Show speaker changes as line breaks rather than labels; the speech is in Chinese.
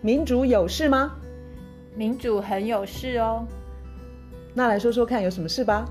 民主有事吗？
民主很有事哦。
那来说说看有什么事吧。